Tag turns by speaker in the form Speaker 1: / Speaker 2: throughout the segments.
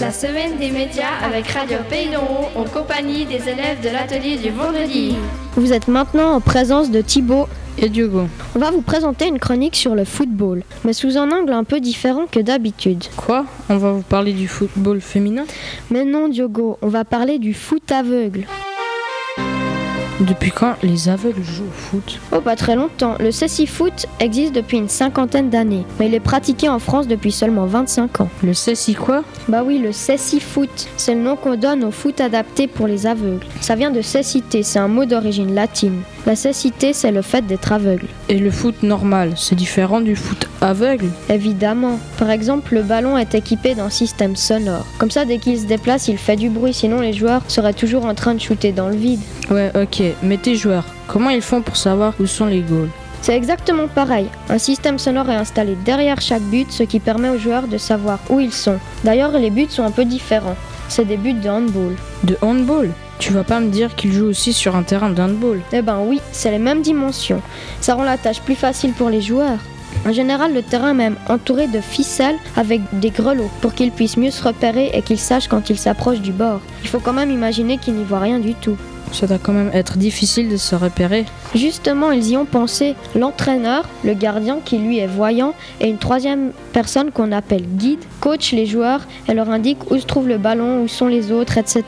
Speaker 1: La semaine des médias avec Radio Pays d'Oro en compagnie des élèves de l'atelier du vendredi.
Speaker 2: Vous êtes maintenant en présence de Thibaut.
Speaker 3: Et Diogo.
Speaker 2: On va vous présenter une chronique sur le football, mais sous un angle un peu différent que d'habitude.
Speaker 3: Quoi On va vous parler du football féminin
Speaker 2: Mais non, Diogo, on va parler du foot aveugle.
Speaker 3: Depuis quand les aveugles jouent au foot
Speaker 2: Oh, pas très longtemps. Le ceci foot existe depuis une cinquantaine d'années, mais il est pratiqué en France depuis seulement 25 ans.
Speaker 3: Le si quoi
Speaker 2: Bah oui, le ceci foot, c'est le nom qu'on donne au foot adapté pour les aveugles. Ça vient de cécité, c'est un mot d'origine latine. La cécité, c'est le fait d'être aveugle.
Speaker 3: Et le foot normal, c'est différent du foot aveugle
Speaker 2: Évidemment. Par exemple, le ballon est équipé d'un système sonore. Comme ça, dès qu'il se déplace, il fait du bruit, sinon les joueurs seraient toujours en train de shooter dans le vide.
Speaker 3: Ouais, ok, mais tes joueurs, comment ils font pour savoir où sont les goals
Speaker 2: C'est exactement pareil. Un système sonore est installé derrière chaque but, ce qui permet aux joueurs de savoir où ils sont. D'ailleurs, les buts sont un peu différents. C'est des buts de handball.
Speaker 3: De handball Tu vas pas me dire qu'ils jouent aussi sur un terrain de handball
Speaker 2: Eh ben oui, c'est les mêmes dimensions. Ça rend la tâche plus facile pour les joueurs. En général, le terrain est même entouré de ficelles avec des grelots pour qu'ils puissent mieux se repérer et qu'ils sachent quand ils s'approchent du bord. Il faut quand même imaginer qu'ils n'y voient rien du tout.
Speaker 3: Ça doit quand même être difficile de se repérer.
Speaker 2: Justement, ils y ont pensé l'entraîneur, le gardien qui lui est voyant, et une troisième personne qu'on appelle guide, coach les joueurs et leur indique où se trouve le ballon, où sont les autres, etc.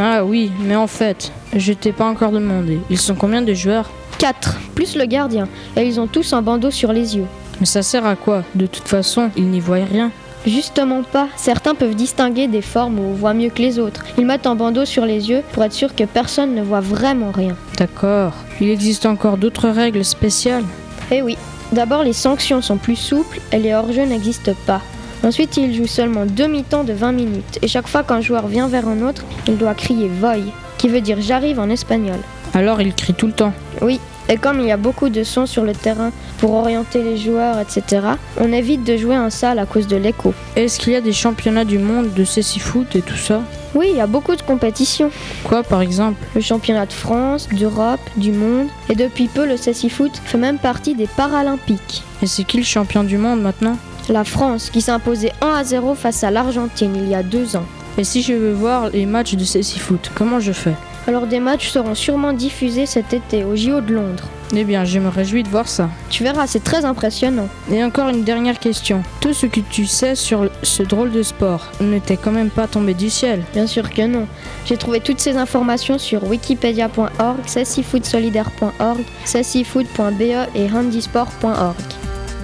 Speaker 3: Ah oui, mais en fait, je t'ai pas encore demandé. Ils sont combien de joueurs
Speaker 2: 4, plus le gardien, et ils ont tous un bandeau sur les yeux.
Speaker 3: Mais ça sert à quoi De toute façon, ils n'y voient rien.
Speaker 2: Justement pas, certains peuvent distinguer des formes où on voit mieux que les autres. Ils mettent un bandeau sur les yeux pour être sûr que personne ne voit vraiment rien.
Speaker 3: D'accord. Il existe encore d'autres règles spéciales
Speaker 2: Eh oui, d'abord les sanctions sont plus souples et les hors-jeux n'existent pas. Ensuite, il joue seulement demi-temps de 20 minutes et chaque fois qu'un joueur vient vers un autre, il doit crier voy, qui veut dire j'arrive en espagnol.
Speaker 3: Alors ils crient tout le temps.
Speaker 2: Oui, et comme il y a beaucoup de sons sur le terrain pour orienter les joueurs, etc., on évite de jouer en salle à cause de l'écho.
Speaker 3: Est-ce qu'il y a des championnats du monde de cécifoot et tout ça
Speaker 2: Oui, il y a beaucoup de compétitions.
Speaker 3: Quoi par exemple
Speaker 2: Le championnat de France, d'Europe, du monde, et depuis peu le cécifoot fait même partie des Paralympiques.
Speaker 3: Et c'est qui le champion du monde maintenant
Speaker 2: La France, qui s'est imposée 1 à 0 face à l'Argentine il y a deux ans.
Speaker 3: Et si je veux voir les matchs de cécifoot, comment je fais
Speaker 2: Alors des matchs seront sûrement diffusés cet été au JO de Londres.
Speaker 3: Eh bien, je me réjouis de voir ça.
Speaker 2: Tu verras, c'est très impressionnant.
Speaker 3: Et encore une dernière question. Tout ce que tu sais sur ce drôle de sport ne t'est quand même pas tombé du ciel.
Speaker 2: Bien sûr que non. J'ai trouvé toutes ces informations sur wikipedia.org, sassifoodsolidaire.org, sassifood.be E et handisport.org.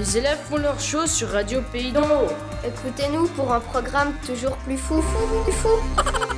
Speaker 4: Les élèves font leurs choses sur Radio Pays d'en haut.
Speaker 5: Écoutez-nous pour un programme toujours plus fou, fou, fou.